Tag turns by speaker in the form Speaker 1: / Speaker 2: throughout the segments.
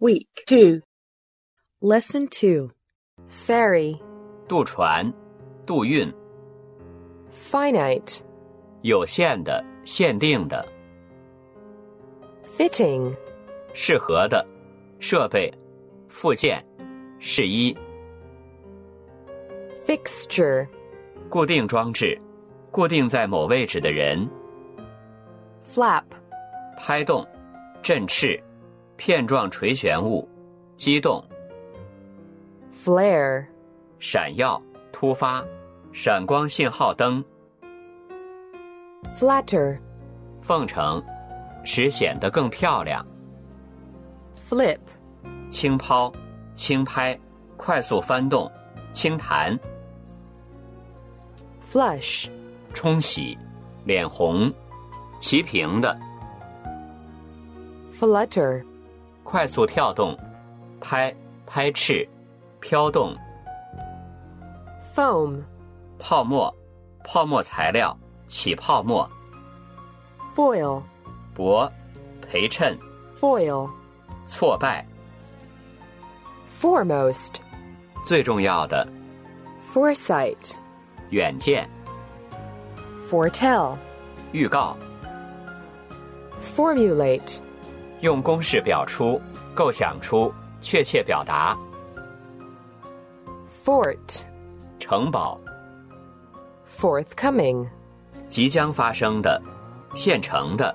Speaker 1: Week 2.
Speaker 2: Lesson 2 Ferry,
Speaker 3: 渡船、渡运、
Speaker 2: finite,
Speaker 3: 有限的、限定的、
Speaker 2: fitting,
Speaker 3: 适合的、设备、附件、试衣、
Speaker 2: fixture,
Speaker 3: 固定装置、固定在某位置的人、
Speaker 2: flap,
Speaker 3: 拍动、振翅、片状垂旋物、机动、
Speaker 2: flare,
Speaker 3: 闪耀、突发、闪光信号灯、
Speaker 2: flatter,
Speaker 3: 奉承，使显得更漂亮。
Speaker 2: flip,
Speaker 3: 轻抛、轻拍、快速翻动、轻弹、
Speaker 2: flush,
Speaker 3: 冲洗、脸红、齐平的、
Speaker 2: flutter,
Speaker 3: 快速跳动、拍、拍翅、飘动、
Speaker 2: foam,
Speaker 3: 泡沫、泡沫材料、起泡沫、
Speaker 2: foil,
Speaker 3: 薄、陪衬、
Speaker 2: foil,
Speaker 3: 挫败，
Speaker 2: foremost,
Speaker 3: 最重要的
Speaker 2: foresight,
Speaker 3: 远见、
Speaker 2: foretell,
Speaker 3: 预告，
Speaker 2: formulate,
Speaker 3: 用公式表出、构想出、确切表达、
Speaker 2: fort,
Speaker 3: 城堡、
Speaker 2: forthcoming,
Speaker 3: 即将发生的、现成的、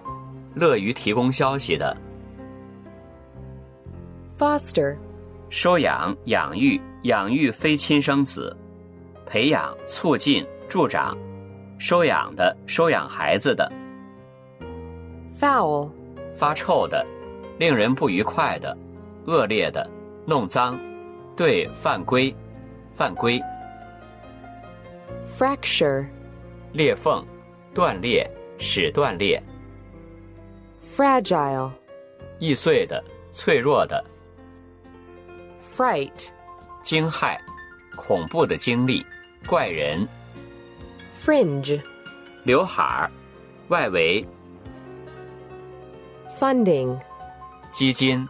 Speaker 3: 乐于提供消息的、
Speaker 2: foster,
Speaker 3: 收养、养育、养育非亲生子，培养、促进、助长，收养的、收养孩子的、
Speaker 2: foul,
Speaker 3: 发臭的、令人不愉快的、恶劣的、弄脏、对犯规、犯规、
Speaker 2: fracture,
Speaker 3: 裂缝、断裂、使断裂、
Speaker 2: fragile,
Speaker 3: 易碎的、脆弱的、
Speaker 2: fright,
Speaker 3: 惊骇、恐怖的经历、怪人、
Speaker 2: fringe,
Speaker 3: 刘海儿、外围、
Speaker 2: funding,
Speaker 3: 基金、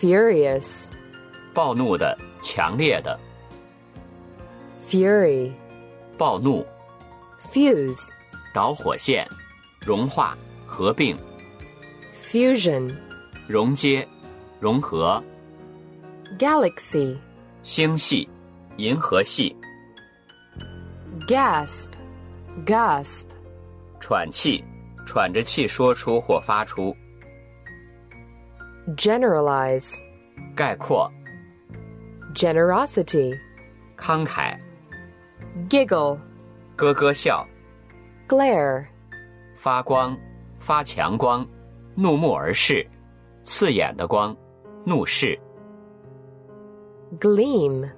Speaker 2: furious,
Speaker 3: 暴怒的、强烈的、
Speaker 2: fury,
Speaker 3: 暴怒。
Speaker 2: fuse,
Speaker 3: 导火线、融化、合并、
Speaker 2: fusion,
Speaker 3: 溶接、融合、
Speaker 2: galaxy,
Speaker 3: 星系、银河系、
Speaker 2: gasp, gasp,
Speaker 3: 喘气、喘着气说出或发出、
Speaker 2: generalize,
Speaker 3: 概括、
Speaker 2: generosity,
Speaker 3: 慷慨、
Speaker 2: giggle,
Speaker 3: 咯咯笑、
Speaker 2: glare,
Speaker 3: 发光、发强光、怒目而视、刺眼的光、怒视、
Speaker 2: gleam,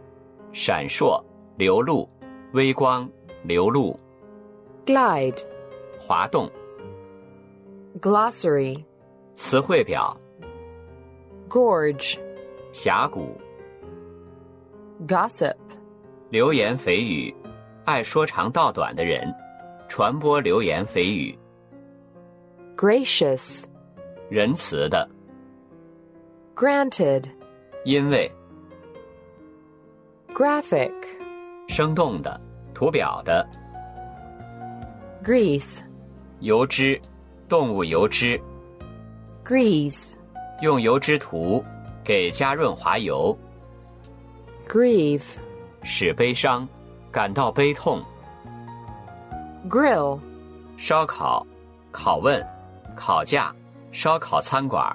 Speaker 3: 闪烁、流露、微光、流露、
Speaker 2: glide,
Speaker 3: 滑动、
Speaker 2: glossary,
Speaker 3: 词汇表、
Speaker 2: gorge,
Speaker 3: 峡谷、
Speaker 2: gossip,
Speaker 3: 流言蜚语，爱说长道短的人，传播流言蜚语，
Speaker 2: gracious,
Speaker 3: 仁慈的，
Speaker 2: granted,
Speaker 3: 因为
Speaker 2: graphic,
Speaker 3: 生动的，图表的，
Speaker 2: grease,
Speaker 3: 油脂，动物油脂，
Speaker 2: grease,
Speaker 3: 用油脂涂，给加润滑油，
Speaker 2: grieve,
Speaker 3: 使悲伤，感到悲痛，
Speaker 2: grill,
Speaker 3: 烧烤，拷问，烤架，烧烤餐馆，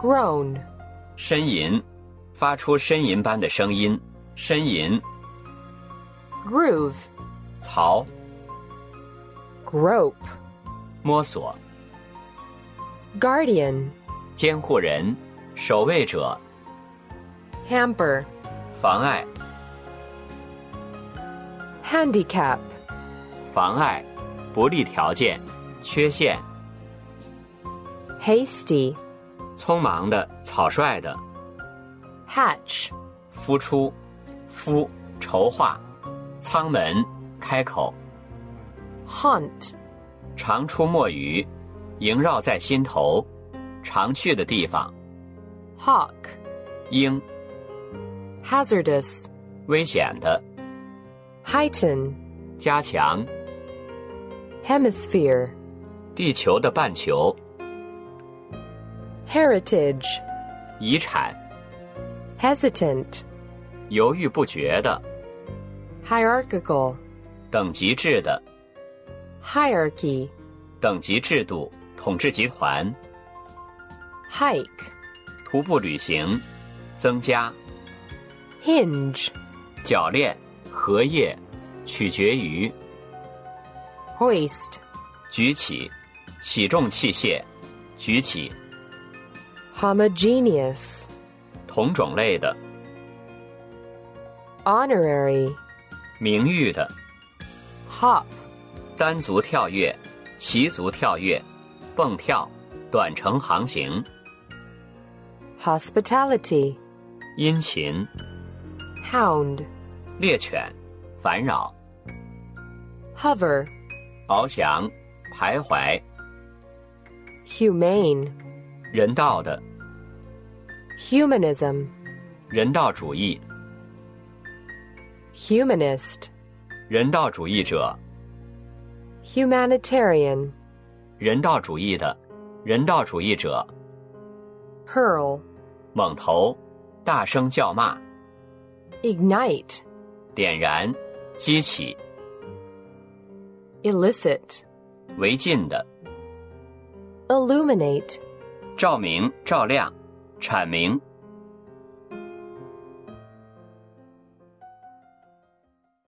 Speaker 2: groan,
Speaker 3: 呻吟，发出呻吟般的声音，呻吟，
Speaker 2: groove,
Speaker 3: 槽，
Speaker 2: grope,
Speaker 3: 摸索。
Speaker 2: guardian,
Speaker 3: 监护人、守卫者、
Speaker 2: hamper,
Speaker 3: 妨碍、
Speaker 2: handicap,
Speaker 3: 妨碍、不利条件、缺陷、
Speaker 2: hasty,
Speaker 3: 匆忙的、草率的、
Speaker 2: hatch,
Speaker 3: 孵出、孵、筹划、舱门、开口、
Speaker 2: haunt,
Speaker 3: 常出没于、萦绕在心头、常去的地方。
Speaker 2: hawk,
Speaker 3: 鹰，
Speaker 2: hazardous,
Speaker 3: 危险的，
Speaker 2: heighten,
Speaker 3: 加强，
Speaker 2: hemisphere,
Speaker 3: 地球的半球，
Speaker 2: heritage,
Speaker 3: 遗产，
Speaker 2: hesitant,
Speaker 3: 犹豫不决的，
Speaker 2: hierarchical,
Speaker 3: 等级制的，
Speaker 2: hierarchy,
Speaker 3: 等级制度，统治集团，
Speaker 2: hike,
Speaker 3: 徒步旅行，增加，
Speaker 2: hinge,
Speaker 3: 铰链，荷叶，取决于，
Speaker 2: hoist,
Speaker 3: 举起，起重器械，举起，
Speaker 2: homogeneous,
Speaker 3: 同种类的，
Speaker 2: honorary,
Speaker 3: 名誉的，
Speaker 2: hop,
Speaker 3: 单足跳跃，齐足跳跃，蹦跳，短程航行，
Speaker 2: hospitality,
Speaker 3: 殷勤，
Speaker 2: hound,
Speaker 3: 猎犬，烦扰，
Speaker 2: hover,
Speaker 3: 翱翔，徘徊，
Speaker 2: humane,
Speaker 3: 人道的，
Speaker 2: humanism,
Speaker 3: 人道主义，
Speaker 2: humanist,
Speaker 3: 人道主义者，
Speaker 2: humanitarian,
Speaker 3: 人道主义的，人道主义者，
Speaker 2: hurl,
Speaker 3: 猛头，大声叫骂，
Speaker 2: ignite,
Speaker 3: 点燃，激起，
Speaker 2: illicit,
Speaker 3: 违禁的，
Speaker 2: illuminate,
Speaker 3: 照明，照亮，阐明，